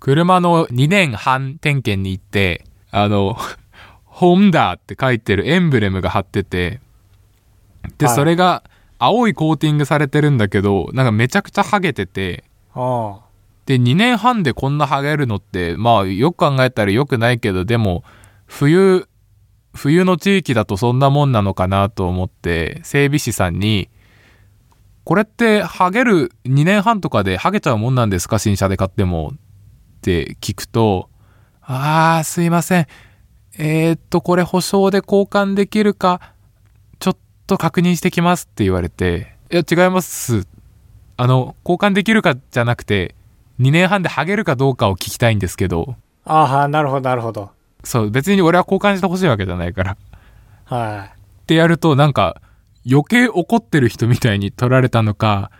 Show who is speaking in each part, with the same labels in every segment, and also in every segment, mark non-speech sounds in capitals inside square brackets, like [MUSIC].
Speaker 1: 車の2年半点検に行って、あの、 [LAUGHS] ホンダって書いてるエンブレムが貼ってて、で、
Speaker 2: はい
Speaker 1: それが青いコーティングされてるんだけど、なんかめちゃくちゃハゲてて、
Speaker 2: あ
Speaker 1: で、2年半でこんなハゲるのって、まあよく考えたら良くないけど、でも、冬、冬の地域だとそんなもんなのかなと思って、整備士さんに、これってハゲる2年半とかでハゲちゃうもんなんですか新車で買ってもって聞くと、あーすいません。えーっと、これ保証で交換できるか、ちょっと確認してきますって言われて、いや違います。あの、交換できるかじゃなくて、2年半でハゲるかどうかを聞きたいんですけど、
Speaker 2: あ。ああ、なるほど、なるほど。
Speaker 1: そう、別に俺は交換してほしいわけじゃないから。っ
Speaker 2: は
Speaker 1: てやると、なんか、余計怒ってる人みたいに取られたのか、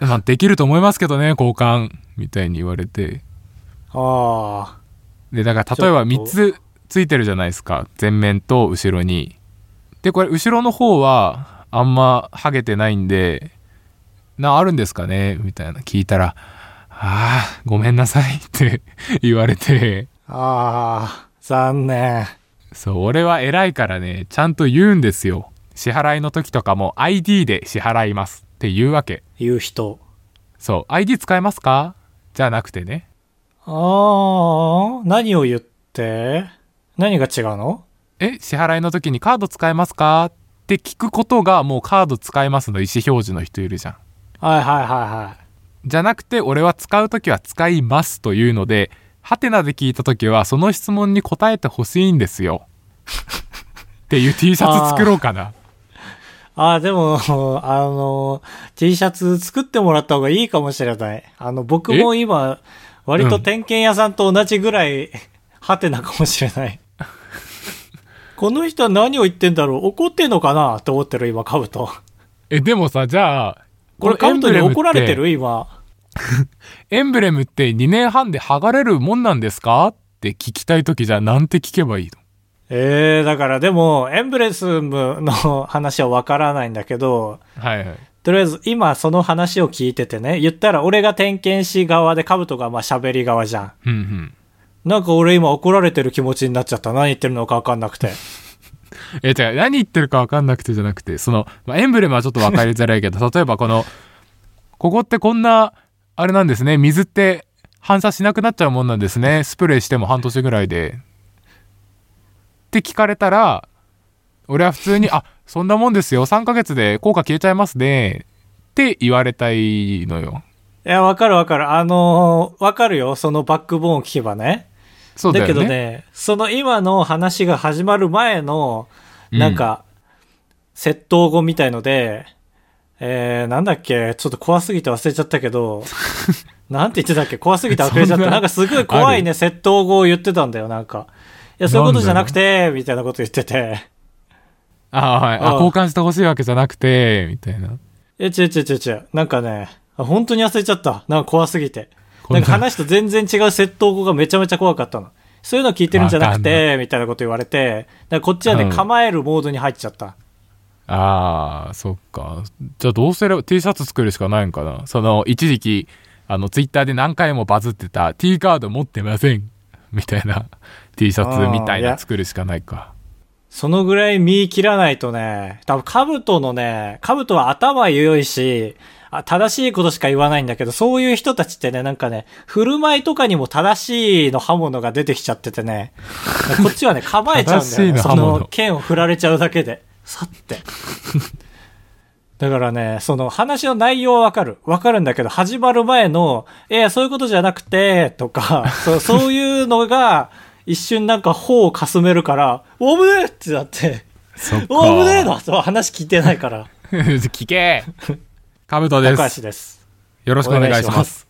Speaker 1: まあ、できると思いますけどね、交換、みたいに言われて。
Speaker 2: い。あ
Speaker 1: で、だから、例えば
Speaker 2: ちょっと
Speaker 1: 3つついてるじゃないですか。前面と後ろに。で、これ、後ろの方は、あんま、ハゲてないんで、な、あるんですかねみたいな聞いたら、ああ、ごめんなさいって [LAUGHS] 言われて、
Speaker 2: あ。ああ。残念。
Speaker 1: そう、俺は偉いからね、ちゃんと言うんですよ。支払いの時とかも ID で支払いますって言うわけ。
Speaker 2: 言う人。
Speaker 1: そう、ID 使えますかじゃなくてね。
Speaker 2: ああ。何を言って何が違うの
Speaker 1: え、支払いの時にカード使えますかって聞くことがもうカード使えますの意思表示の人いるじゃん。
Speaker 2: はいはいはいはい。
Speaker 1: じゃなくて、俺は使う時は使いますというので、ハテナで聞いた時はその質問に答えてほしいんです
Speaker 2: [LAUGHS]
Speaker 1: よ。っていう T シャツ作ろうかな。
Speaker 2: ああ、でも、 [LAUGHS] あの、T シャツ作ってもらった方がいいかもしれない。あの、僕も今、割と点検屋さんと同じぐらい、 [LAUGHS] ハテナかもしれない。この人は何を言ってんだろう怒ってんのかなと思ってる今、カブト。
Speaker 1: え、でもさ、じゃあ、
Speaker 2: これカブトに
Speaker 1: のエンブレムって
Speaker 2: 怒られてる今。
Speaker 1: エンブレムって2年半で剥がれるもんなんですかって聞きたい時じゃあなんて聞けばいいの
Speaker 2: ええだからでも、エンブレスムの話はわからないんだけど、
Speaker 1: はいはい。
Speaker 2: とりあえず今その話を聞いててね、言ったら俺が点検士側でカブトがまあ喋り側じゃん。
Speaker 1: うんうん。
Speaker 2: なんか俺今怒られてる気持ちになっちゃった。何言ってるのかわかんなくて。
Speaker 1: え、違う、何言ってるか分かんなくてじゃなくて、その、まあ、エンブレムはちょっと分かりづらいけど、 [LAUGHS] 例えばこの、ここってこんな、あれなんですね、水って反射しなくなっちゃうもんなんですね、スプレーしても半年ぐらいで。って聞かれたら、俺は普通に、あ、そんなもんですよ、3ヶ月で効果消えちゃいますね、って言われたいのよ。
Speaker 2: いや、わかるわかる。あのーわかるよ。そのバックボーンを聞けばね。
Speaker 1: そうだよ
Speaker 2: け
Speaker 1: ね。
Speaker 2: どね、その今の話が始まる前の、なんか、窃盗語みたいので、えー、なんだっけ、ちょっと怖すぎて忘れちゃった
Speaker 1: [LAUGHS]
Speaker 2: けど、なんて言ってたっけ、怖すぎて忘れちゃっ
Speaker 1: そん
Speaker 2: た。
Speaker 1: な
Speaker 2: なんかすごい怖いね、窃盗語を言ってたんだよ、なんか。いや、そういうことじゃなくて、みたいなこと言ってて。
Speaker 1: あはい。あ
Speaker 2: うん
Speaker 1: 交換してほしいわけじゃなくて、みたいな。
Speaker 2: え、違う違う違う違う。なんかね、あ本当に忘れちゃった。なんか怖すぎて。
Speaker 1: こん
Speaker 2: な
Speaker 1: なん
Speaker 2: か話と全然違う窃盗語がめちゃめちゃ怖かったの。そういうの聞いてるんじゃなく
Speaker 1: わ
Speaker 2: て、みたいなこと言われて、なんかこっちはね、
Speaker 1: うん
Speaker 2: 構えるモードに入っちゃった。
Speaker 1: ああ、そっか。じゃあどうすれば T シャツ作るしかないんかな。その、一時期、あの、ツイッターで何回もバズってた T カード持ってません。みたいな T シャツみたい
Speaker 2: あーい
Speaker 1: な
Speaker 2: や
Speaker 1: 作るしかないか。
Speaker 2: そのぐらい見切らないとね、多分カブトのね、カブトは頭良いし、あ正しいことしか言わないんだけど、そういう人たちってね、なんかね、振る舞いとかにも正しいの刃物が出てきちゃっててね、こっちはね、構えちゃうんだよ、
Speaker 1: 正
Speaker 2: ね。
Speaker 1: しいの
Speaker 2: そ
Speaker 1: 刃物
Speaker 2: の剣を振られちゃうだけで。さって。だからね、その話の内容はわかる。わかるんだけど、始まる前の、えやそういうことじゃなくて、とか、 [LAUGHS] そうそういうのが、一瞬なんか頬をかすめるから、おぶねえってなって、
Speaker 1: そっか。
Speaker 2: おぶねえだと話聞いてないから、
Speaker 1: 聞け [LAUGHS] カブト [LAUGHS] で
Speaker 2: 高
Speaker 1: す。
Speaker 2: 橋です。
Speaker 1: よろしくお願いし
Speaker 2: お
Speaker 1: ま
Speaker 2: 願いしますす。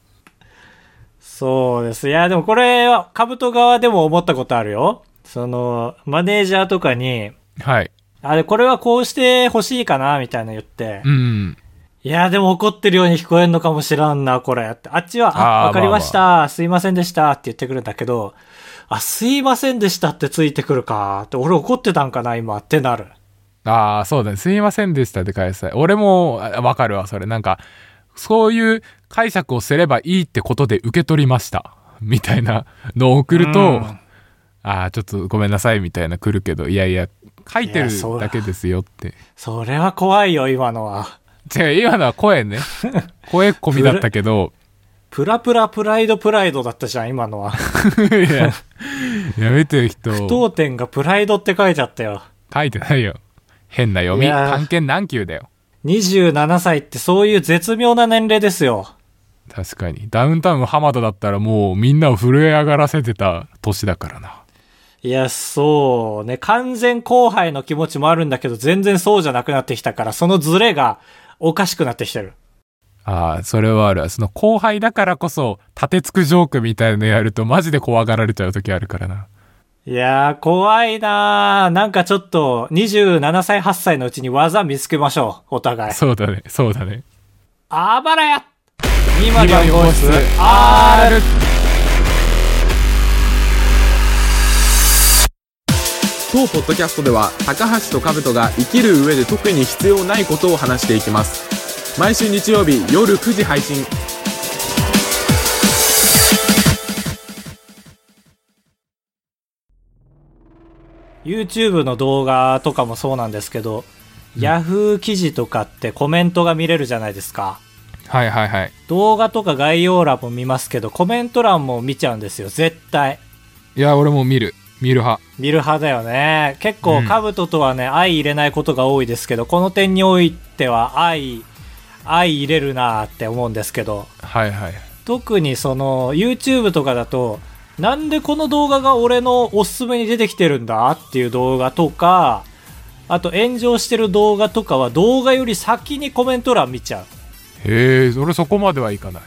Speaker 2: そうです。いや、でもこれは、兜側でも思ったことあるよ。その、マネージャーとかに、
Speaker 1: はい。
Speaker 2: あれ、これはこうしてほしいかな、みたいな言って、
Speaker 1: うん。
Speaker 2: いや、でも怒ってるように聞こえんのかもしらんな、これ。ってあっちは、
Speaker 1: あ
Speaker 2: あ、
Speaker 1: ー
Speaker 2: わかりました、すいませんでしたって言ってくるんだけど、あ、すいませんでしたってついてくるか。って俺怒ってたんかな、今。ってなる。
Speaker 1: ああ、そうだね。すいませんでしたって返したい。俺もあわかるわ、それ。なんか、そういう解釈をすればいいってことで受け取りました。みたいなのを送ると、
Speaker 2: うん
Speaker 1: ああ、ちょっとごめんなさいみたいな来るけど、いやいや、書いて
Speaker 2: いやそう
Speaker 1: る
Speaker 2: だ
Speaker 1: だけですよって。
Speaker 2: それは怖いよ、今のは。
Speaker 1: 違う、今のは声
Speaker 2: [LAUGHS]
Speaker 1: ね。声込みだったけど、
Speaker 2: プラプラプライドプライドだったじゃん、今のは。
Speaker 1: [LAUGHS] いや、やめてる人、
Speaker 2: 当店がプライドって書いちゃったよ。
Speaker 1: 書いてないよ。変な読み。
Speaker 2: いやー
Speaker 1: 漢検何級だよ。
Speaker 2: 27歳ってそういう絶妙な年齢ですよ。
Speaker 1: 確かに。ダウンタウン浜田だったらもうみんなを震え上がらせてた年だからな。
Speaker 2: いや、そうね。完全後輩の気持ちもあるんだけど、全然そうじゃなくなってきたから、そのズレがおかしくなってきてる。
Speaker 1: ああ、それはあるわ。その後輩だからこそ、立てつくジョークみたいのやるとマジで怖がられちゃう時あるからな。
Speaker 2: いやー、怖いなー。なんかちょっと、27歳、8歳のうちに技見つけましょう。お互い。
Speaker 1: そうだね、そうだね。
Speaker 2: あばらや
Speaker 1: 今
Speaker 2: !204
Speaker 1: の
Speaker 2: 号
Speaker 1: 号
Speaker 2: 室
Speaker 1: 室
Speaker 2: R!
Speaker 3: 当ポッドキャストでは高橋と兜が生きる上で特に必要ないことを話していきます毎週日曜日夜9時配信
Speaker 2: YouTube の動画とかもそうなんですけど、Yahoo 記事とかってコメントが見れるじゃないですか。
Speaker 1: はいはいはい。
Speaker 2: 動画とか概要欄も見ますけど、コメント欄も見ちゃうんですよ、絶対。
Speaker 1: いや、俺も見る。見る派。
Speaker 2: 見る派だよね。結
Speaker 1: う
Speaker 2: 構、
Speaker 1: ん
Speaker 2: カブトとはね、愛入れないことが多いですけど、この点においては愛、愛入れるなーって思うんですけど、
Speaker 1: はいはい。
Speaker 2: 特にその、YouTube とかだと、なんでこの動画が俺のおすすめに出てきてるんだっていう動画とか、あと炎上してる動画とかは動画より先にコメント欄見ちゃう。
Speaker 1: へえ、俺そこまではいかない。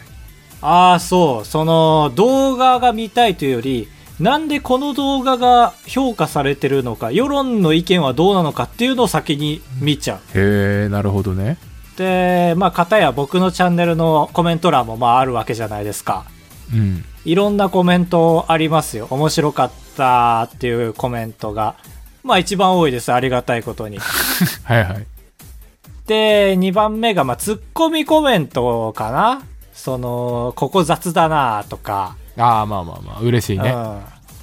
Speaker 2: ああそうその動画が見たいというよりなんでこの動画が評価されてるのか世論の意見はどうなのかっていうのを先に見ちゃう
Speaker 1: へえ、なるほどね。
Speaker 2: でまあ片や僕のチャンネルのコメント欄もまああるわけじゃないですか
Speaker 1: うん。
Speaker 2: いろんなコメントありますよ面白かったっていうコメントがまあ一番多いですありがたいことに
Speaker 1: はいはい。
Speaker 2: で2番目がまあツッコミコメントかなそのここ雑だなとか
Speaker 1: ああ、まあまあまあ、嬉しいね。
Speaker 2: うん、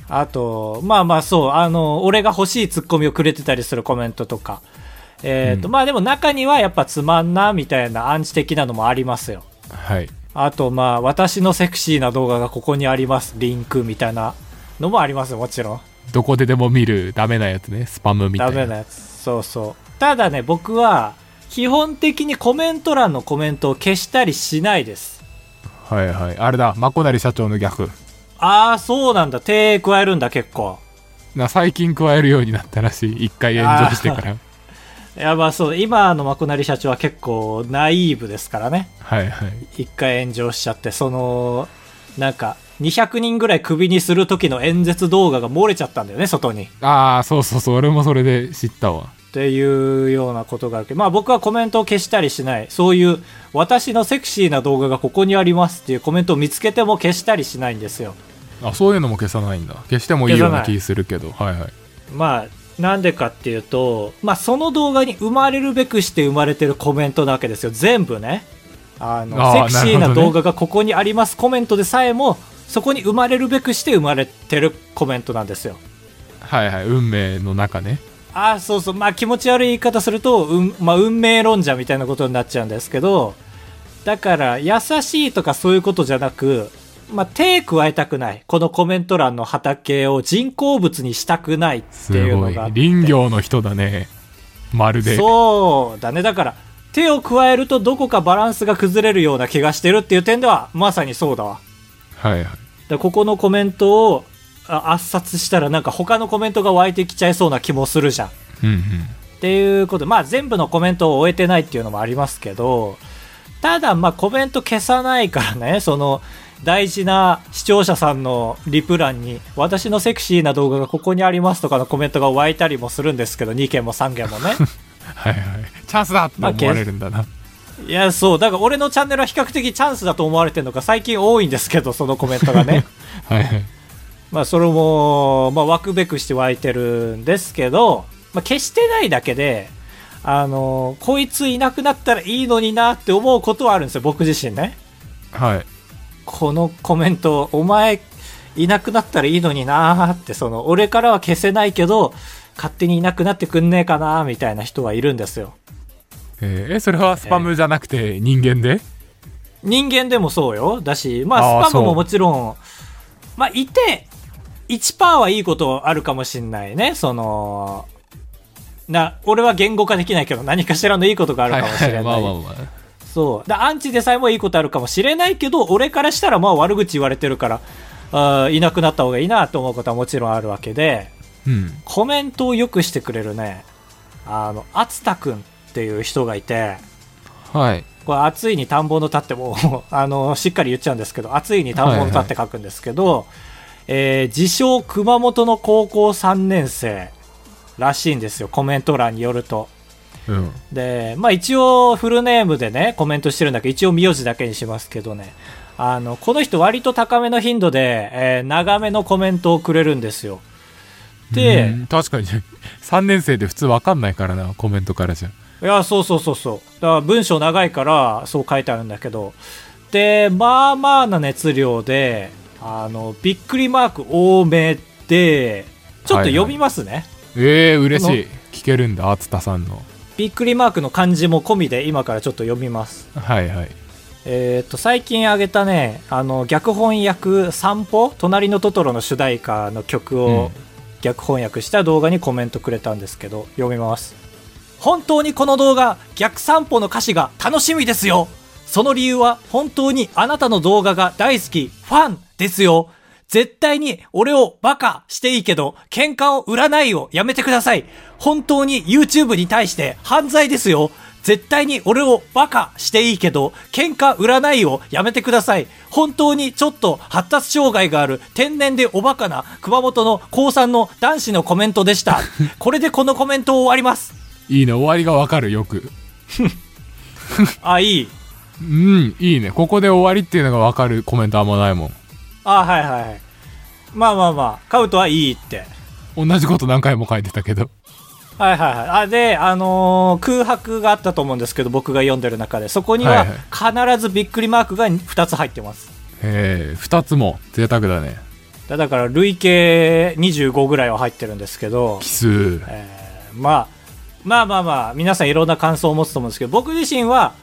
Speaker 2: あとまあまあそうあの俺が欲しいツッコミをくれてたりするコメントとかえっ、と、
Speaker 1: うん
Speaker 2: まあでも中にはやっぱつまんなみたいなアンチ的なのもありますよ
Speaker 1: はい。
Speaker 2: あとまあ私のセクシーな動画がここにありますリンクみたいなのもありますよもちろん
Speaker 1: どこででも見るダメなやつね。スパムみたい
Speaker 2: ダ
Speaker 1: な。
Speaker 2: メなやつそうそうただね僕は基本的にコメント欄のコメントを消したりしないです
Speaker 1: はいはい。あれだ、まこなり社長の逆。
Speaker 2: ああそうなんだ手加えるんだ結構
Speaker 1: な最近加えるようになったらしい。一回炎上してから。
Speaker 2: いやまあそう今のマコナリ社長は結構ナイーブですからね
Speaker 1: はいはい。
Speaker 2: 一回炎上しちゃってそのなんか200人ぐらいクビにする時の演説動画が漏れちゃったんだよね外にっ
Speaker 1: ああ、そうそうそう。俺もそれで知ったわ。
Speaker 2: ていうようなことがあるけどまあ僕はコメントを消したりしないそういう私のセクシーな動画がここにありますっていうコメントを見つけても消したりしないんですよ
Speaker 1: あ、そういうのも消さないんだ。消してもいいような
Speaker 2: 消さない
Speaker 1: 気するけど。はいはい。
Speaker 2: まあなんでかっていうと、まあ、その動画に生まれるべくして生まれてるコメントなわけですよ全部ねあの
Speaker 1: あー
Speaker 2: セクシー
Speaker 1: なる
Speaker 2: な
Speaker 1: ほどね
Speaker 2: 動画がここにありますコメントでさえもそこに生まれるべくして生まれてるコメントなんですよ
Speaker 1: はいはい。運命の中ね。
Speaker 2: ああそうそうまあ気持ち悪い言い方すると、うんまあ、運命論者みたいなことになっちゃうんですけどだから優しいとかそういうことじゃなく、まあ、手加えたくないこのコメント欄の畑を人工物にしたくないってい
Speaker 1: す
Speaker 2: う
Speaker 1: ご
Speaker 2: の
Speaker 1: い
Speaker 2: があっ。て
Speaker 1: 林業の人だね。まるで。
Speaker 2: そうだねだから手を加えるとどこかバランスが崩れるような気がしてるっていう点ではまさにそうだわ
Speaker 1: はいはい。
Speaker 2: でここのコメントをあ圧殺したらなんか他のコメントが湧いてきちゃいそうな気もするじゃんっ
Speaker 1: うんうん。
Speaker 2: ていうことまあ全部のコメントを終えてないっていうのもありますけどただまあコメント消さないからねその大事な視聴者さんのリプ欄に私のセクシーな動画がここにありますとかのコメントが湧いたりもするんですけど2件も3件もね
Speaker 1: はいはい。チャンスだって思われるんだな。
Speaker 2: いや、そう。だから俺のチャンネルは比較的チャンスだと思われてるのか、最近多いんですけど、そのコメントがね。
Speaker 1: はいはい。
Speaker 2: まあ、それも、まあ、湧くべくして湧いてるんですけど、まあ、決してないだけで、あの、こいついなくなったらいいのになって思うことはあるんですよ、僕自身ね。
Speaker 1: はい。
Speaker 2: このコメント、お前、いなくなったらいいのになーって、その、俺からは消せないけど、勝手にいなくなってくんねえかなーみたいな人はいるんですよ。
Speaker 1: えーそれはスパムじゃなくて人間で、
Speaker 2: 人間でもそうよ。だし、ま
Speaker 1: あ
Speaker 2: あ、
Speaker 1: ー
Speaker 2: スパ
Speaker 1: そ
Speaker 2: ムも
Speaker 1: う
Speaker 2: もちろん、まあ、いて、1%はいいことあるかもしんないね。その、な、俺は言語化できないけど、何かしらのいいことがある
Speaker 1: は
Speaker 2: か
Speaker 1: い
Speaker 2: もしれ
Speaker 1: は
Speaker 2: ないい。
Speaker 1: まあまあまあ
Speaker 2: そう。だアンチでさえもいいことあるかもしれないけど、俺からしたらまあ悪口言われてるから、あーいなくなった方がいいなと思うことはもちろんあるわけで、
Speaker 1: うん
Speaker 2: コメントをよくしてくれるね、あの、厚田くんっていう人がいて、
Speaker 1: はい
Speaker 2: これ暑いに田んぼの田っても [LAUGHS] うあのしっかり言っちゃうんですけど暑いに田んぼの田って書くんですけど、えー自称熊本の高校3年生らしいんですよコメント欄によると
Speaker 1: うん
Speaker 2: でまあ一応フルネームでねコメントしてるんだけど一応名字だけにしますけどねあのこの人割と高めの頻度で、えー長めのコメントをくれるんですよで、
Speaker 1: うん確かに [LAUGHS] 3年生で普通わかんないからなコメントからじゃ
Speaker 2: いや、そうそうそうそう。だから文章長いから、そう書いてあるんだけど。で、まあまあな熱量で、あの、びっくりマーク多めで、ちょっと読みますね。
Speaker 1: ええー、嬉しい聞けるんだ熱田さんの
Speaker 2: びっくりマークの漢字も込みで、今からちょっと読みます。
Speaker 1: はいはい
Speaker 2: えっ、と、最近あげたね、あの、逆翻訳散歩隣のトトロの主題歌の曲
Speaker 1: うん
Speaker 2: を逆翻訳した動画にコメントくれたんですけど、読みます。本当にこの動画、逆散歩の歌詞が楽しみですよその理由は本当にあなたの動画が大好き、ファンですよ絶対に俺をバカしていいけど、喧嘩を売らないをやめてください本当に YouTube に対して犯罪ですよ絶対に俺をバカしていいけど、喧嘩売らないをやめてください。本当にちょっと発達障害がある天然でおバカな熊本の高3の男子のコメントでした。これでこのコメントを終わります。
Speaker 1: いいね終わりがわかるよく
Speaker 2: あ、いい。
Speaker 1: うんいいねここで終わりっていうのがわかるコメントあんまないもん
Speaker 2: あ、はいはいはい。まあまあまあ、カウトはいいって。
Speaker 1: 同じこと何回も書いてたけど
Speaker 2: はいはいはい。あ、で、あのー空白があったと思うんですけど、僕が読んでる中で。そこに
Speaker 1: は
Speaker 2: は
Speaker 1: い
Speaker 2: 必ずびっくりマークが2つ入ってます。
Speaker 1: ええ2つも贅沢だね
Speaker 2: だだから、累計25ぐらいは入ってるんですけど
Speaker 1: 奇、数
Speaker 2: えーまあ、まあまあまあ、皆さんいろんな感想を持つと思うんですけど、僕自身は、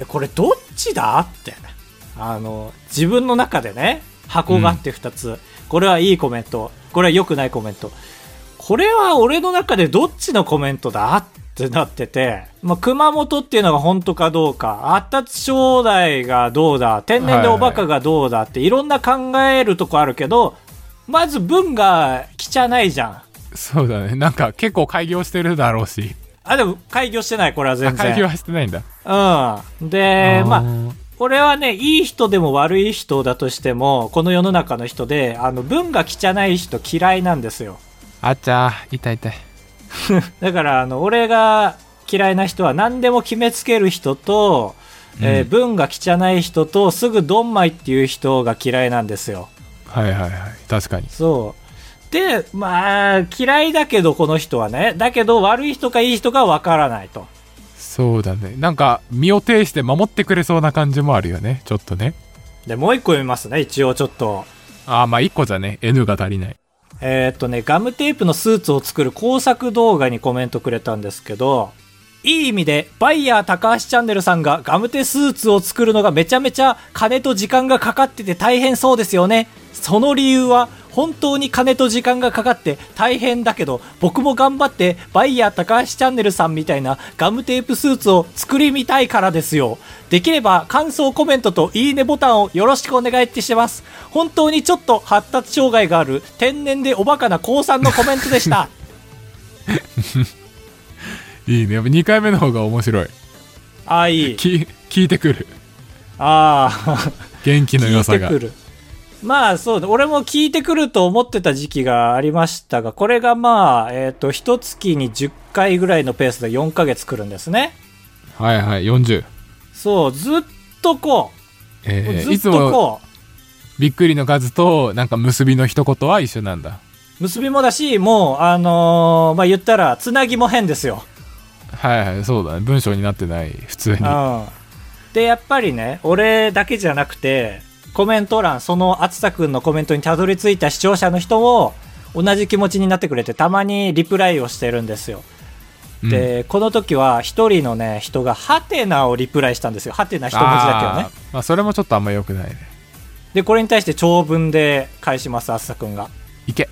Speaker 2: えこれどっちだって。あの、自分の中でね、箱があって2つ。これはいいコメント。これは良くないコメント。これは俺の中でどっちのコメントだってなってて、まあ、熊本っていうのが本当かどうか、発達障害がどうだ、天然でおバカがどうだっていろんな考えるとこあるけど、まず文が汚いじゃん。
Speaker 1: そうだねなんか結構開業してるだろうし
Speaker 2: あ、でも開業してない、これは全
Speaker 1: 開業
Speaker 2: 然。
Speaker 1: はしてないんだ
Speaker 2: うん。で、ま
Speaker 1: あ
Speaker 2: あ、
Speaker 1: ー
Speaker 2: これはね、いい人でも悪い人だとしても、この世の中の人で、あの、文が汚い人嫌いなんですよ。
Speaker 1: あっちゃー痛い痛い
Speaker 2: だから、あの、俺が嫌いな人は何でも決めつける人と、えー
Speaker 1: うん
Speaker 2: 文が汚い人と、すぐドンマイっていう人が嫌いなんですよ。
Speaker 1: はいはいはい確かに
Speaker 2: そう。で、まあ、嫌いだけど、この人はね。だけど、悪い人かいい人かわからないと。
Speaker 1: そうだねなんか身を挺して守ってくれそうな感じもあるよねちょっとね
Speaker 2: で、もう一個読みますね、一応ちょっと。
Speaker 1: ああまあ1個じゃね N が足りない
Speaker 2: えーっとね、ガムテープのスーツを作る工作動画にコメントくれたんですけど、いい意味で、バイヤー高橋チャンネルさんがガムテスーツを作るのがめちゃめちゃ金と時間がかかってて大変そうですよね。その理由は、本当に金と時間がかかって大変だけど、僕も頑張って、バイヤー高橋チャンネルさんみたいなガムテープスーツを作りみたいからですよ。できれば感想コメントといいねボタンをよろしくお願いってします。本当にちょっと発達障害がある天然でおバカな高3のコメントでした。
Speaker 1: いいねやっぱ2回目の方が面白い
Speaker 2: ああ、いい。
Speaker 1: き聞いてくる
Speaker 2: ああ、
Speaker 1: 元気の
Speaker 2: 聞
Speaker 1: 良
Speaker 2: い
Speaker 1: さ
Speaker 2: て
Speaker 1: が
Speaker 2: くる。まあそうだ、俺も聞いてくると思ってた時期がありましたが、これがまあ、えっ、と、一月に10回ぐらいのペースで4ヶ月来るんですね。
Speaker 1: はいはい40
Speaker 2: そう、ずっとこう。
Speaker 1: えー、い
Speaker 2: ず
Speaker 1: つ
Speaker 2: っと
Speaker 1: も
Speaker 2: こう。
Speaker 1: びっくりの数となんか結びの一言は一緒なんだ
Speaker 2: 結びもだし、もう、あのーまあ言ったら、つなぎも変ですよ。
Speaker 1: はいはいそうだね文章になってない普通に
Speaker 2: うん。で、やっぱりね、俺だけじゃなくて、コメント欄、その厚田くんのコメントにたどり着いた視聴者の人も、同じ気持ちになってくれて、たまにリプライをしてるんですよ。
Speaker 1: うん
Speaker 2: で、この時は、一人のね、人が、ハテナをリプライしたんですよ。ハテナ一文字だけをね
Speaker 1: あ。ーまあ、それもちょっとあんま良くないね
Speaker 2: で、これに対して長文で返します、厚田くんが。
Speaker 1: いけ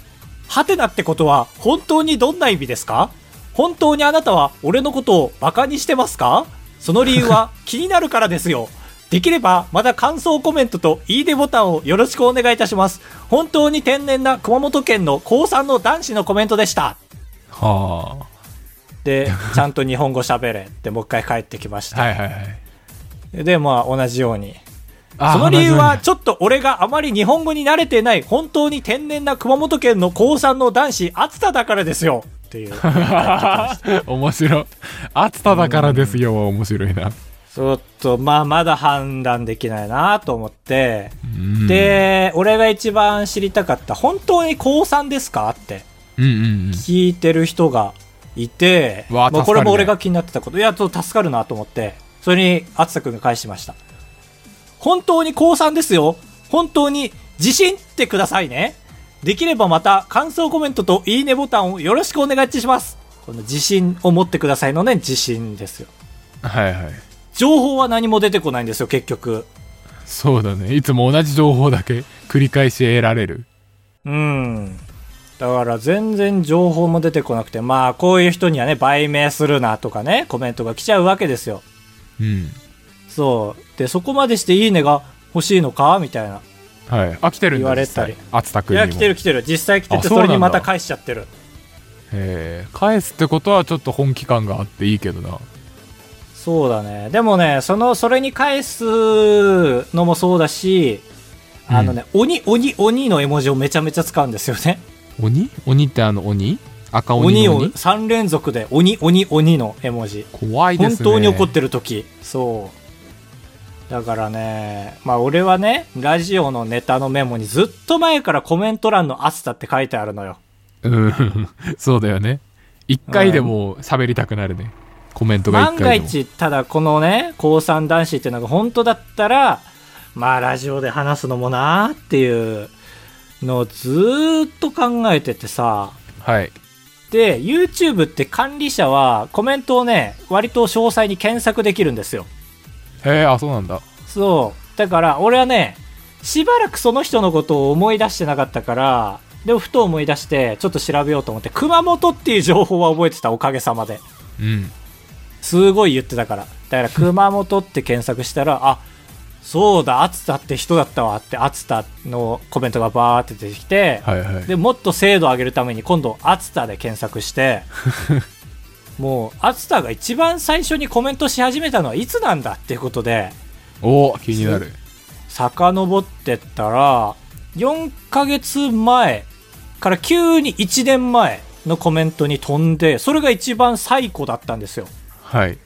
Speaker 2: ハテナってことは本当にどんな意味ですか本当にあなたは俺のことをバカにしてますかその理由
Speaker 1: [LAUGHS]
Speaker 2: は気になるからですよ。できればまだ感想コメントといいねボタンをよろしくお願いいたします。本当に天然な熊本県の高3の男子のコメントでした。
Speaker 1: は [LAUGHS]
Speaker 2: で、ちゃんと日本語喋れってもう一回帰ってきまし
Speaker 1: あは
Speaker 2: た。
Speaker 1: いはいはい
Speaker 2: で、まあ同じように。
Speaker 1: あー
Speaker 2: その理由
Speaker 1: 同
Speaker 2: は
Speaker 1: じ
Speaker 2: ちょっと俺があまり日本語に慣れてない本当に天然な熊本県の高3の男子熱田だからですよって [LAUGHS] いう。
Speaker 1: ように [LAUGHS] 面白い暑さだからですよは面白いな、
Speaker 2: ちょっと、まあ、まだ判断できないなと思って、
Speaker 1: うん、
Speaker 2: で、俺が一番知りたかった、本当に高3ですかって
Speaker 1: うんうん
Speaker 2: 聞いてる人がいて、
Speaker 1: うわ
Speaker 2: まあ
Speaker 1: 助かるね
Speaker 2: これも俺が気になってたこと、いや、ちょっと助かるなと思って、それに、あつさくんが返しました。本当に高3ですよ。本当に、自信ってくださいね。できればまた、感想コメントといいねボタンをよろしくお願いします。この自信を持ってくださいのね、自信ですよ。
Speaker 1: うんはいはい
Speaker 2: 情報は何も出てこないんですよ、結局。
Speaker 1: そうだねいつも同じ情報だけ繰り返し得られる
Speaker 2: うん。だから全然情報も出てこなくて、まあこういう人にはね、売名するなとかね、コメントが来ちゃうわけですよ。
Speaker 1: うん
Speaker 2: そう。で、そこまでしていいねが欲しいのかみたいな。
Speaker 1: はいあ来てるんだ
Speaker 2: 言われたり
Speaker 1: 実際熱田
Speaker 2: い
Speaker 1: 君にも
Speaker 2: や、来てる来てる。実際来て
Speaker 1: あそ
Speaker 2: て、
Speaker 1: う
Speaker 2: そ
Speaker 1: なんだ
Speaker 2: れにまた返しちゃってる。
Speaker 1: えー返すってことはちょっと本気感があっていいけどな
Speaker 2: そうだね。でもね、その、それに返すのもそうだし、あのね、鬼、鬼、鬼の絵文字をめちゃめちゃ使うんですよね。
Speaker 1: 鬼鬼ってあの鬼赤鬼
Speaker 2: 鬼
Speaker 1: の鬼
Speaker 2: を3連続で、鬼、鬼、鬼の絵文字。
Speaker 1: 怖いで
Speaker 2: 本
Speaker 1: すね
Speaker 2: 当に怒ってる時そうだからねまあ俺はねラジオのネタのメモにずっと前からコメント欄の熱さって書いてあるのよ
Speaker 1: うん、 [LAUGHS] そうだよね。一回でも喋りたくなるね。コメントが一
Speaker 2: 万
Speaker 1: 回でも。
Speaker 2: が一ただこのね高3男子ってのが本当だったらまあラジオで話すのもなーっていうのをずーっと考えててさ
Speaker 1: はい。
Speaker 2: で YouTube って管理者はコメントをね割と詳細に検索できるんですよ
Speaker 1: へえ、あ、そうなんだ。
Speaker 2: そう。だから、俺はね、しばらくその人のことを思い出してなかったから、でもふと思い出して、ちょっと調べようと思って、熊本っていう情報は覚えてた、おかげさまで。
Speaker 1: うん。
Speaker 2: すごい言ってたから。だから、熊本って検索したら、あ、そうだ、熱田って人だったわって、熱田のコメントがバーって出てきて、
Speaker 1: はいはい。
Speaker 2: でもっと精度を上げるために今度「熱田」で検索して
Speaker 1: [LAUGHS]
Speaker 2: もう熱田が一番最初にコメントし始めたのはいつなんだっていうことで
Speaker 1: おお、気になる。
Speaker 2: 遡ってったら4ヶ月前から急に1年前のコメントに飛んでそれが一番最古だったんですよ
Speaker 1: はい。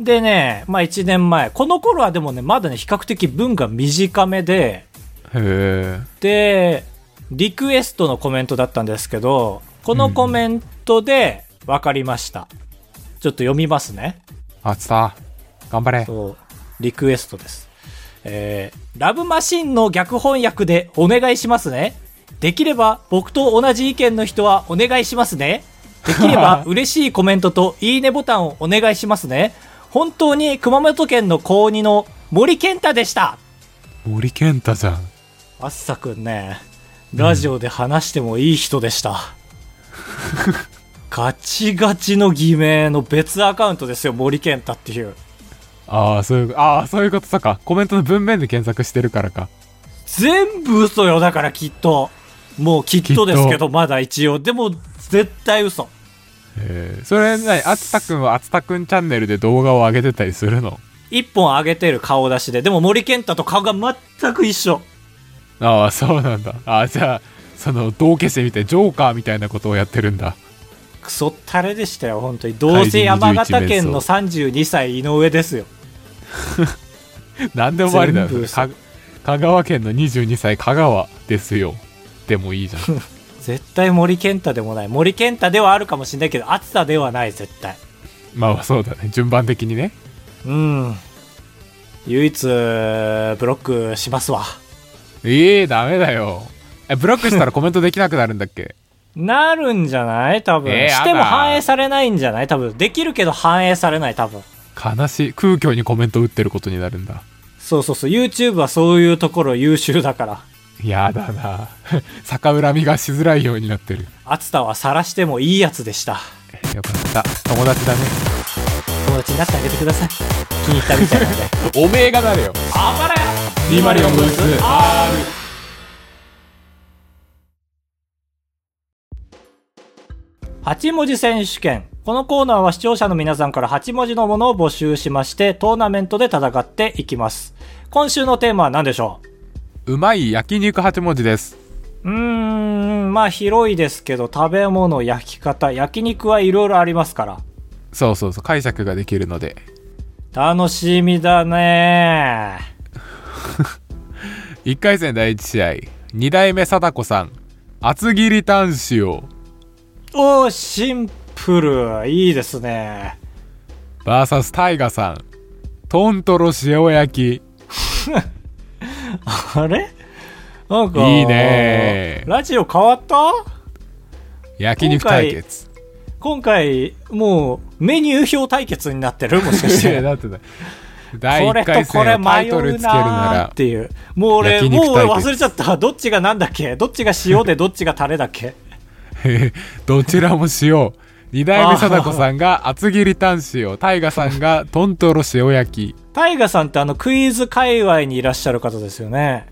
Speaker 2: でねまあ1年前この頃はでもねまだね比較的文が短めで
Speaker 1: へえ。
Speaker 2: でリクエストのコメントだったんですけどこのコメントで分かりました、ちょっと読みますね
Speaker 1: あつた。頑張れ。
Speaker 2: そうリクエストです。えーラブマシンの逆翻訳でお願いしますね。できれば僕と同じ意見の人はお願いしますね。できれば嬉しいコメントといいねボタンをお願いしますね。本当に熊本県の高2の森健太でした。
Speaker 1: 森健太じゃん。
Speaker 2: あっさくんね、ラジオで話してもいい人でした。ガチガチの偽名の別アカウントですよ、森健太っていう。
Speaker 1: ああ、そういう、ああ、そういうことさか。コメントの文面で検索してるからか。
Speaker 2: 全部嘘よだからきっともうきっとです
Speaker 1: き
Speaker 2: け
Speaker 1: っと
Speaker 2: どまだ一応でも絶対嘘
Speaker 1: へえ。それなに、あつたくんはあつたくんチャンネルで動画を上げてたりするの
Speaker 2: 一本上げてる顔出しででも森健太と顔が全く一緒
Speaker 1: ああ、そうなんだ。ああ、じゃあ、その、道化師みたい、ジョーカーみたいなことをやってるんだ。 [LAUGHS]
Speaker 2: クソったれでしたよ本当にどうせ山形県の32歳井上ですよ
Speaker 1: 何でもありだよ
Speaker 2: 全部
Speaker 1: か香川県の22歳香川ですよでもいいじゃ
Speaker 2: [LAUGHS]
Speaker 1: ん
Speaker 2: 絶対森健太でもない森健太ではあるかもしれないけど暑さではない絶対
Speaker 1: まあそうだね順番的にね
Speaker 2: うん唯一ブロックしますわ
Speaker 1: ええダメだよえブロックしたらコメントできなくなるんだっけ
Speaker 2: なるんじゃない多分、
Speaker 1: えーやだ
Speaker 2: しても反映されないんじゃない多分。できるけど反映されない、多分。
Speaker 1: 悲しい空虚にコメント打ってることになるんだ
Speaker 2: そうそうそう。YouTube はそういうところ優秀だから。
Speaker 1: やだな [LAUGHS] 逆恨みがしづらいようになってる
Speaker 2: 熱田は晒してもいいやつでした。
Speaker 1: よかった友達だね
Speaker 2: 友達になってあげてください。気に入ったみたいなんで。
Speaker 1: おめえがなれよ
Speaker 2: あばれ
Speaker 1: リマリオンブース
Speaker 2: R! 8文字選手権。このコーナーは視聴者の皆さんから8文字のものを募集しまして、トーナメントで戦っていきます。今週のテーマは何でしょ
Speaker 1: うまい焼肉8文字です
Speaker 2: ううーん、まあ広いですけど、食べ物、焼き方、焼肉はいろいろありますから。
Speaker 1: そうそうそう解釈ができるので
Speaker 2: 楽しみだね
Speaker 1: 1回戦第1試合2代目貞子さん厚切りタン塩
Speaker 2: おー、シンプル。いいですね
Speaker 1: VS タイガさんトントロ塩焼き
Speaker 2: あれなんか、
Speaker 1: いいね
Speaker 2: ラジオ変わった
Speaker 1: 焼肉対決
Speaker 2: 今回、もう、メニュー表対決になってるもしか
Speaker 1: [LAUGHS]
Speaker 2: し
Speaker 1: いや
Speaker 2: [LAUGHS] て。
Speaker 1: だってだ第
Speaker 2: これ
Speaker 1: 1
Speaker 2: と
Speaker 1: 回
Speaker 2: こ
Speaker 1: 戦
Speaker 2: れ
Speaker 1: をタイ
Speaker 2: 迷
Speaker 1: トル
Speaker 2: う
Speaker 1: つけるな
Speaker 2: なー
Speaker 1: ら
Speaker 2: っていう。もう俺、
Speaker 1: 焼
Speaker 2: も
Speaker 1: 肉
Speaker 2: う俺
Speaker 1: 対決
Speaker 2: 忘れちゃった。どっちがなんだっけどっちが塩でどっちがタレだっけ
Speaker 1: どちらも塩2代目貞子さんが厚切りタン塩タイガさんがトントロ塩焼き
Speaker 2: タイガさんってあのクイズ界隈にいらっしゃる方ですよね。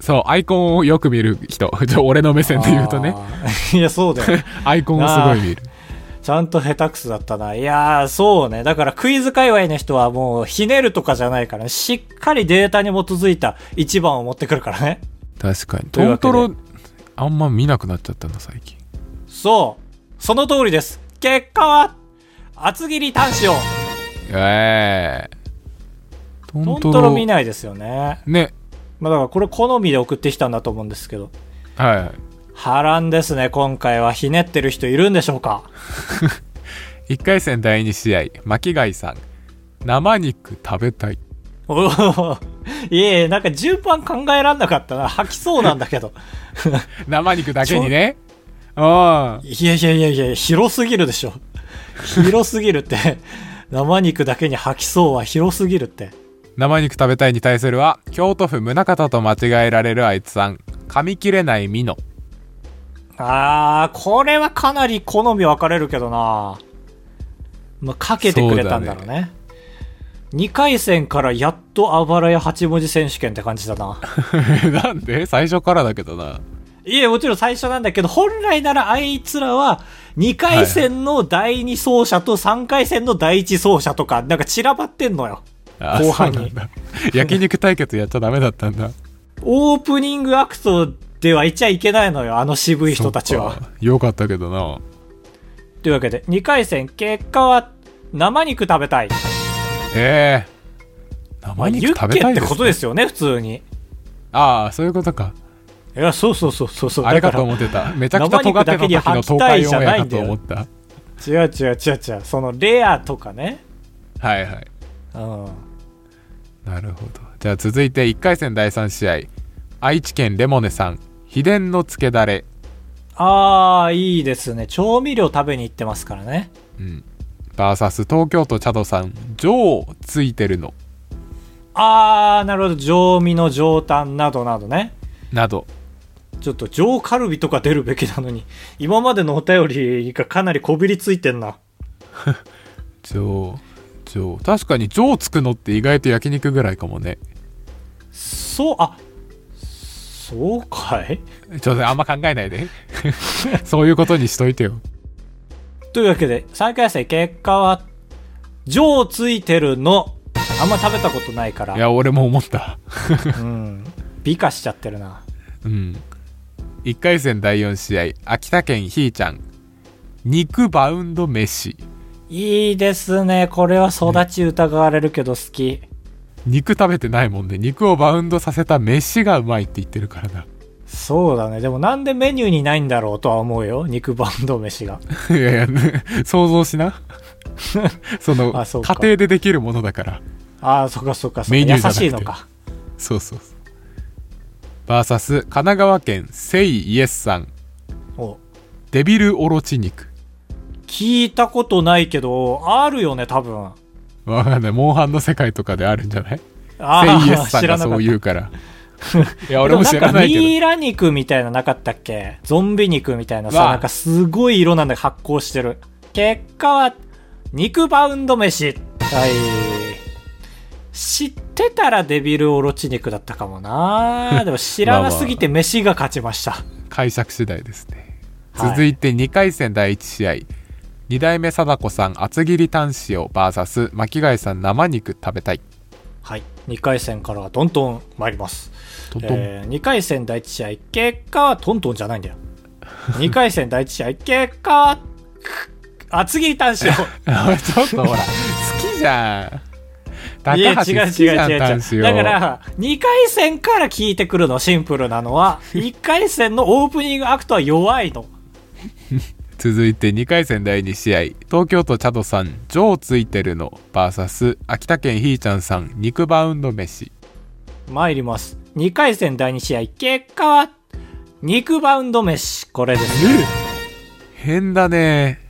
Speaker 1: そうアイコンをよく見る人 [LAUGHS] ちょ俺の目線で言うとね
Speaker 2: あ [LAUGHS] ー。いや、そうだよ。
Speaker 1: [LAUGHS] アイコンをすごい見る
Speaker 2: ちゃんと下手くそだったな。いやー、そうね。だからクイズ界隈の人はもう、ひねるとかじゃないからね。しっかりデータに基づいた一番を持ってくるからね。
Speaker 1: 確かに
Speaker 2: と
Speaker 1: ト
Speaker 2: いうわ
Speaker 1: ン
Speaker 2: け
Speaker 1: ト
Speaker 2: で
Speaker 1: ロあんま見なくなっちゃったな最近
Speaker 2: そう。その通りです。結果は、厚切り端子を。
Speaker 1: ええト
Speaker 2: トン
Speaker 1: ン
Speaker 2: ト
Speaker 1: ト
Speaker 2: ロ
Speaker 1: ロ
Speaker 2: 見ないですよね。
Speaker 1: ね
Speaker 2: まあだからこれ好みで送ってきたんだと思うんですけど。
Speaker 1: は
Speaker 2: 波乱ですね、今回は。ひねってる人いるんでしょうか
Speaker 1: い1回戦第2試合巻貝さん生肉食べたい
Speaker 2: おお [LAUGHS] いえいえ、なんか順番考えらんなかったな。吐きそうなんだけど。
Speaker 1: 生肉だけにねうん
Speaker 2: いやいやいやいや、広すぎるでしょ。広すぎるって。生肉だけに吐きそうは広すぎるって。
Speaker 1: 生肉食べたいに対するは京都府宗像と間違えられるあいつさん噛み切れない美濃
Speaker 2: あー、これはかなり好み分かれるけどな。まあ、かけてくれたんだろう
Speaker 1: そうだ
Speaker 2: ね。二2回戦からやっとあばらや8文字選手権って感じだな。
Speaker 1: [LAUGHS] なんで最初からだけどない
Speaker 2: え、もちろん最初なんだけど、本来ならあいつらは、2回戦の第2走者と3回戦の第1走者とか、なんか散らばってんのよ。
Speaker 1: あ
Speaker 2: 後半に
Speaker 1: そうなんだ焼肉対決やっちゃダメだったんだ
Speaker 2: オープニングアクトではいちゃいけないのよ、あの渋い人たち
Speaker 1: そ
Speaker 2: は。
Speaker 1: っかよかったけどな
Speaker 2: というわけで、2回戦、結果は、生肉食べたい。
Speaker 1: ええ生肉
Speaker 2: ユッ
Speaker 1: 食べ
Speaker 2: ケ
Speaker 1: たい
Speaker 2: って
Speaker 1: です
Speaker 2: ことですよね、普通に。
Speaker 1: ああそういうことか
Speaker 2: いや、そうそうそうそうそう。
Speaker 1: あれか
Speaker 2: だ
Speaker 1: と
Speaker 2: ら
Speaker 1: 思ってためちゃくちゃ尖ってた時の東海オンエアかと思った
Speaker 2: 違う違う違う違う。その、レアとかね。
Speaker 1: はいはい
Speaker 2: うん。
Speaker 1: なるほどじゃあ続いて1回戦第3試合愛知県レモネさん秘伝のつけだれ
Speaker 2: あー、いいですね。調味料食べに行ってますからね。
Speaker 1: うん。バーサス東京都チャドさん、女王ついてるの。
Speaker 2: あー、なるほど。上味の上タンなどなどね。
Speaker 1: など。
Speaker 2: ちょっと上カルビとか出るべきなのに、今までのお便りがかなりこびりついてんな。
Speaker 1: 女王。女王。確かに女王つくのって意外と焼肉ぐらいかもね。
Speaker 2: そう、あ、そうかい
Speaker 1: ちょっとあんま考えないで。 [LAUGHS] そういうことにしといてよ。
Speaker 2: というわけで、3回戦結果は、上ついてるの。あんま食べたことないか
Speaker 1: い
Speaker 2: ら。
Speaker 1: や、俺も思った。
Speaker 2: うん。美化しちゃってるな。
Speaker 1: うん。1回戦第4試合、秋田県ひーちゃん。肉バウンド飯。
Speaker 2: いいですね。これは育ち疑われるけど好き。
Speaker 1: 肉食べてないもんで、肉をバウンドさせた飯がうまいって言ってるからな。 [LAUGHS]
Speaker 2: そうだね。でもなんでメニューにないんだろうとは思うよ。肉バンド飯が。
Speaker 1: いやいや、ね想像し
Speaker 2: [LAUGHS]
Speaker 1: な。その、
Speaker 2: あそうか
Speaker 1: 家庭でできるものだから。
Speaker 2: ああ、そっかそっかそっか。
Speaker 1: メニューじゃなく
Speaker 2: 優
Speaker 1: て
Speaker 2: しいのか。
Speaker 1: そうそうそう VS 神奈川県セイイエスさん
Speaker 2: お
Speaker 1: デビルおろち肉
Speaker 2: 聞いたことないけど、あるよね、多分。
Speaker 1: わかんないモンハンの世界とかであるんじゃない
Speaker 2: あ
Speaker 1: セイイエ
Speaker 2: あ、
Speaker 1: スさん
Speaker 2: [LAUGHS] 知ら
Speaker 1: がそ
Speaker 2: なかった。
Speaker 1: う
Speaker 2: で
Speaker 1: 言うからいや俺も知らないけ
Speaker 2: んかミ
Speaker 1: ど
Speaker 2: イラ肉みたいななかったっけゾンビ肉みたいなさ、
Speaker 1: わあ
Speaker 2: なんかすごい色なんだけど発酵してる。結果は、肉バウンド飯。はい。知ってたらデビルオロチ肉だったかもなでも知らなすぎて飯が勝ちました。
Speaker 1: 解釈次第ですね
Speaker 2: はい
Speaker 1: 続いて2回戦第1試合、2代目貞子さん厚切りタン塩 VS 巻貝さん生肉食べたい
Speaker 2: はい。2回戦からはどんどん参ります。
Speaker 1: トントン、
Speaker 2: え2回戦第1試合結果はトントンじゃない
Speaker 1: [LAUGHS]
Speaker 2: んだよ2回戦第1試合結果は厚切り単勝
Speaker 1: ちょっとほら好きじゃん [LAUGHS] 高
Speaker 2: いや違う
Speaker 1: 橋好き
Speaker 2: 違う
Speaker 1: じゃん
Speaker 2: 違う
Speaker 1: タン
Speaker 2: 違う
Speaker 1: 塩
Speaker 2: だから2回戦から聞いてくるのシンプルな
Speaker 1: [LAUGHS]
Speaker 2: のは1回戦のオープニングアクトは弱いの
Speaker 1: 続いて2回戦第2試合東京都チャドさん「ジョーついてるの」VS 秋田県ひーちゃんさん「肉バウンド飯
Speaker 2: 参ります2回戦第2試合結果は肉バウンド飯これです」
Speaker 1: 変だね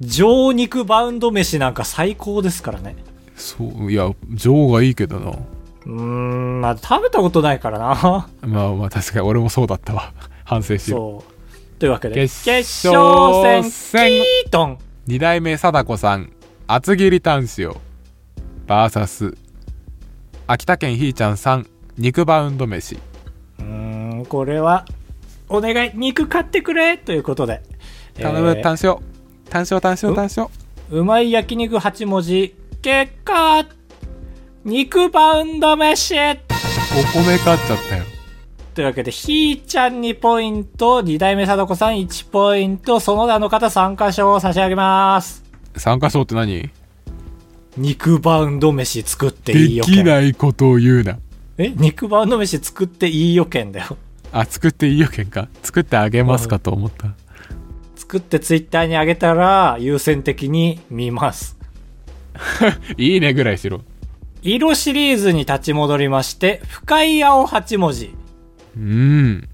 Speaker 2: 上肉バウンド飯なんか最高ですからね
Speaker 1: そういやジョーがいいけどな
Speaker 2: うーんまあ食べたことないからな
Speaker 1: まあまあ確かに俺もそうだったわ反省しよ
Speaker 2: そう。というわけで、
Speaker 1: 決
Speaker 2: 決
Speaker 1: 勝
Speaker 2: 勝
Speaker 1: 戦
Speaker 2: 戦、キートン。
Speaker 1: う2代目貞子さん厚切りタン塩 VS 秋田県ひーちゃんさん肉バウンド飯
Speaker 2: うーん、これは、お願い、肉買ってくれということで。
Speaker 1: 頼む
Speaker 2: えー
Speaker 1: タン塩タン塩タン塩タン塩
Speaker 2: うまい焼肉8文字、結果、肉バウンド飯
Speaker 1: お米買っちゃったよ
Speaker 2: というわけで、ひーちゃん2ポイント、二代目貞子さん1ポイント、その他の方参加賞を差し上げます。
Speaker 1: 参加賞って何
Speaker 2: 肉バウンド飯作って
Speaker 1: で
Speaker 2: いいよ
Speaker 1: き
Speaker 2: 券。
Speaker 1: ないことを言うな
Speaker 2: え肉バウンド飯作っていいよ券だよ。
Speaker 1: あ作っていいよけんか作ってあげますかと思った
Speaker 2: 作ってツイッターに上げたら優先的に見ます。
Speaker 1: いいねぐらいしろ
Speaker 2: 色シリーズに立ち戻りまして、深い青8文字。
Speaker 1: うん
Speaker 2: うん。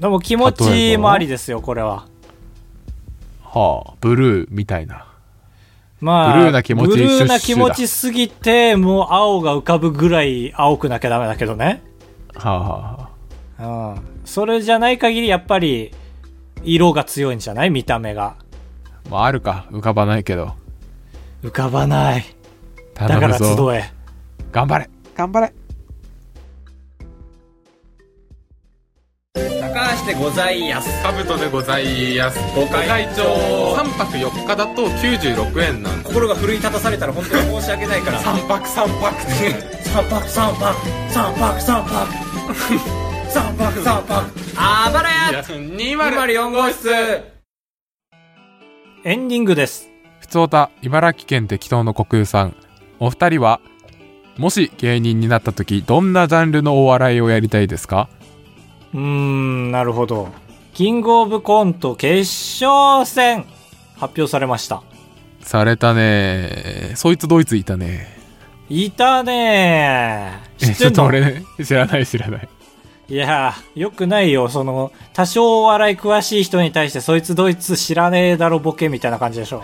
Speaker 2: でも気持ちもありですよ、これは。
Speaker 1: はあブルーみたいな
Speaker 2: まあ、
Speaker 1: ブルーな気持ち
Speaker 2: ブルーな
Speaker 1: シ
Speaker 2: 気
Speaker 1: ュッシュだ
Speaker 2: 持ちすぎて、もう青が浮かぶぐらい青くなきゃダメだけどね。
Speaker 1: はあ、は
Speaker 2: うん。それじゃない限り、やっぱり、色が強いんじゃない見た目が。
Speaker 1: あ、まああるか浮かばないけど
Speaker 2: 浮かばない。だか
Speaker 1: 頼む
Speaker 2: ら集
Speaker 1: ぞ
Speaker 2: え。
Speaker 1: 頑張れ頑張れ
Speaker 3: 高橋でございやすカブトでございやすご会長3泊4日だと96円なん
Speaker 2: 心が奮い立たされたら本当に申し訳ないから。
Speaker 3: 3泊3泊って
Speaker 2: 三泊三泊三泊三泊三泊 [LAUGHS] 三泊
Speaker 3: あばらや204号室
Speaker 2: エンディングです
Speaker 1: ふつおた茨城県適当の国有さんお二人はもし芸人になった時どんなジャンルのお笑いをやりたいですか
Speaker 2: うーんなるほどキングオブコント決勝戦発表されました
Speaker 1: されたねそいつドイツいたね
Speaker 2: いたねー
Speaker 1: え
Speaker 2: 知
Speaker 1: [LAUGHS] ちょって
Speaker 2: っん
Speaker 1: と
Speaker 2: の
Speaker 1: 俺ね知らない知ら
Speaker 3: [LAUGHS]
Speaker 1: ない
Speaker 2: いやーよくないよその多少お笑い詳しい人に対してそいつドイツ知らねえだろボケみたいな感じでしょ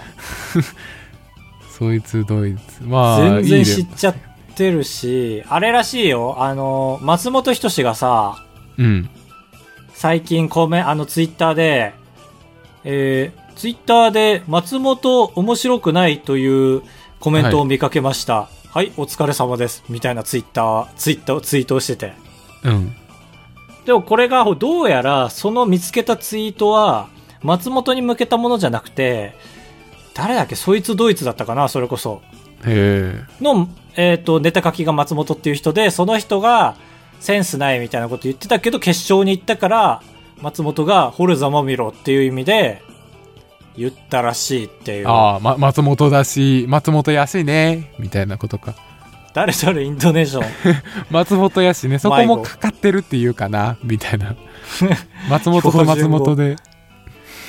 Speaker 1: そいつドイツまあ
Speaker 2: 全
Speaker 1: い
Speaker 2: 然
Speaker 1: い
Speaker 2: 知
Speaker 1: ね
Speaker 2: っちゃってるしあれらしいよあの松本人志がさ
Speaker 1: うん
Speaker 2: 最近コメンあのツイッターで、えー、ツイッターで松本面白くないというコメントを見かけました。はい、お疲れ様です。みたいなツイッター、ツイッター、ツイートをしてて。
Speaker 1: うん
Speaker 2: でもこれがどうやらその見つけたツイートは松本に向けたものじゃなくて、誰だっけそいつドイツだったかなそれこそ。
Speaker 1: へ
Speaker 2: の、えっ、と、ネタ書きが松本っていう人で、その人がセンスないみたいなこと言ってたけど、決勝に行ったから、松本がホルザマミロっていう意味で、言ったらしいってい
Speaker 1: え
Speaker 2: う。
Speaker 1: ああ、ま、松本だし松本やしねみたいなことか
Speaker 2: 誰誰インドネーション。
Speaker 1: 松本やしねそこ
Speaker 2: 迷
Speaker 1: も
Speaker 2: 子
Speaker 1: かかってるっていうかなみたい
Speaker 2: [LAUGHS]
Speaker 1: な松本と松本で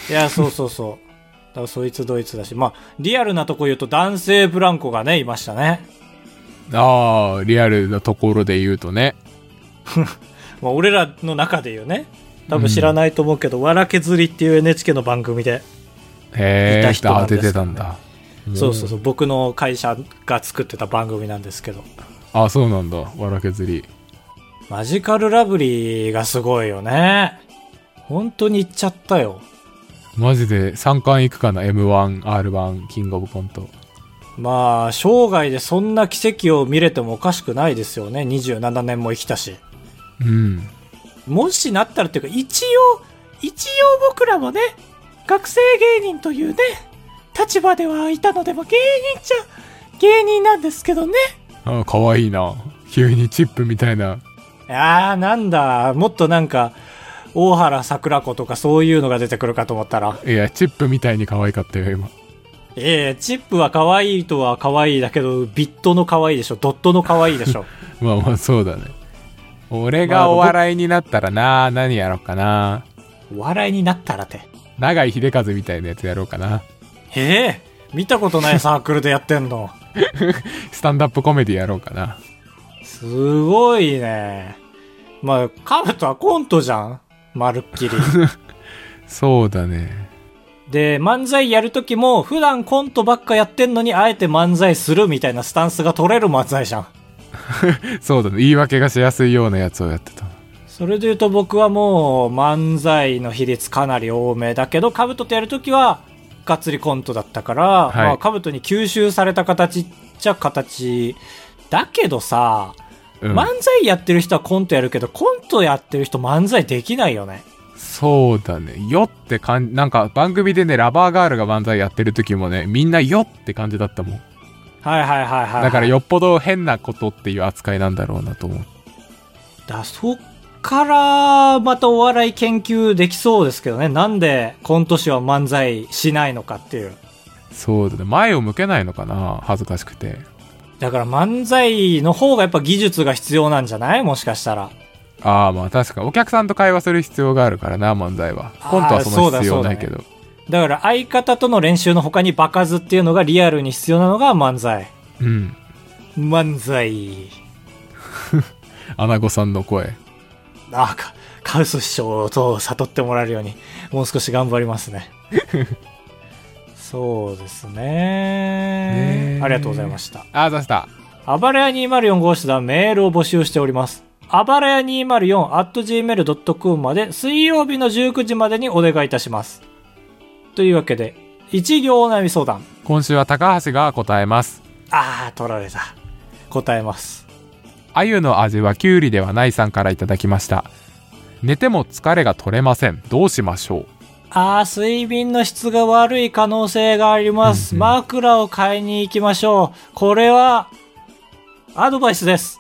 Speaker 2: いや、そうそうそう。だからそいつドイツだし、まあ、リアルなとこ言うと男性ブランコがね、いましたね。
Speaker 1: ああリアルなところで言うとね
Speaker 2: まあ俺らの中で言うね。多分知らないと思うけど、わら削りっていう NHK の番組で、
Speaker 1: へ
Speaker 2: い
Speaker 1: え
Speaker 2: た人な
Speaker 1: 当
Speaker 2: んで
Speaker 1: て
Speaker 2: す
Speaker 1: てたんだ
Speaker 2: そうそうそう、僕の会社が作ってた番組なんですけど、
Speaker 1: あそうなんだわら削り
Speaker 2: マジカルラブリーがすごいよね。本当に行っちゃったよ。
Speaker 1: マジで3冠いくかな m 1 r 1キングオブコント
Speaker 2: まあ、生涯でそんな奇跡を見れてもおかしくないですよね。27年も生きたし。
Speaker 1: うん
Speaker 2: もしなったらっていうか、一応、一応僕らもね、学生芸人というね、立場ではいたのでも芸人っちゃ芸人なんですけどね。
Speaker 1: あかわいいな急にチップみたいない
Speaker 2: やー、なんだ、もっとなんか、大原桜子とかそういうのが出てくるかと思ったら。
Speaker 1: いやチップみたいに可愛かったよ今
Speaker 2: ええチップは可愛いとは可愛いだけど、ビットの可愛いでしょ、ドットの可愛いでしょ。
Speaker 1: まあまあそうだね俺がお笑いになったらな何やろうかな
Speaker 2: お笑いになったらて。
Speaker 1: 永井秀和みたいなやつやろうかな
Speaker 2: ええ見たことないサークルでやってんの。
Speaker 1: スタンダップコメディやろうかな
Speaker 2: すごいね。まあ、カブトはコントじゃん。まるっきり。
Speaker 1: そうだね
Speaker 2: で、漫才やるときも、普段コントばっかやってんのに、あえて漫才するみたいなスタンスが取れる漫才じゃん。
Speaker 1: そうだね言い訳がしやすいようなやつをやってた
Speaker 2: それで言うと僕はもう、漫才の比率かなり多めだけど、カブトとやるときは、がっつりコントだったから、
Speaker 1: はい
Speaker 2: まあ、カブトに吸収された形っちゃ形。だけどさ、
Speaker 1: うん、
Speaker 2: 漫才やってる人はコントやるけど、コントやってる人漫才できないよね。
Speaker 1: そうだねよって感じなんか番組でねラバーガールが漫才やってる時もねみんなよって感じだったもん
Speaker 2: はいはいはいはい。
Speaker 1: だからよっぽど変なことっていう扱いなんだろうなと思う
Speaker 2: だそっからまたお笑い研究できそうですけどねなんでコント師は漫才しないのかっていう
Speaker 1: そうだね前を向けないのかな恥ずかしくて
Speaker 2: だから漫才の方がやっぱ技術が必要なんじゃないもしかしたら
Speaker 1: ああまあ確かお客さんと会話する必要があるからな漫才はコントはその必要ないけど
Speaker 2: だから相方との練習の他に場数っていうのがリアルに必要なのが漫才
Speaker 1: うん
Speaker 2: 漫才
Speaker 1: アナゴさんの声
Speaker 2: あかカウス師匠と悟ってもらえるようにもう少し頑張りますねそうですね
Speaker 1: ねえ
Speaker 2: ありがとうございました
Speaker 1: ああ出した
Speaker 2: あばらや204号室ではメールを募集しております。あばらや 204.gmail.com まで水曜日の19時までにお願いいたします。というわけで、一行お悩み相談。
Speaker 1: 今週は高橋が答えます
Speaker 2: あー、取られた。答えます。
Speaker 1: 鮎の味はきゅうりではないさんからいただきました寝ても疲れが取れませんどうしましょう
Speaker 2: あー、睡眠の質が悪い可能性があります。
Speaker 1: うんうん
Speaker 2: 枕を買いに行きましょう。これは、アドバイスです。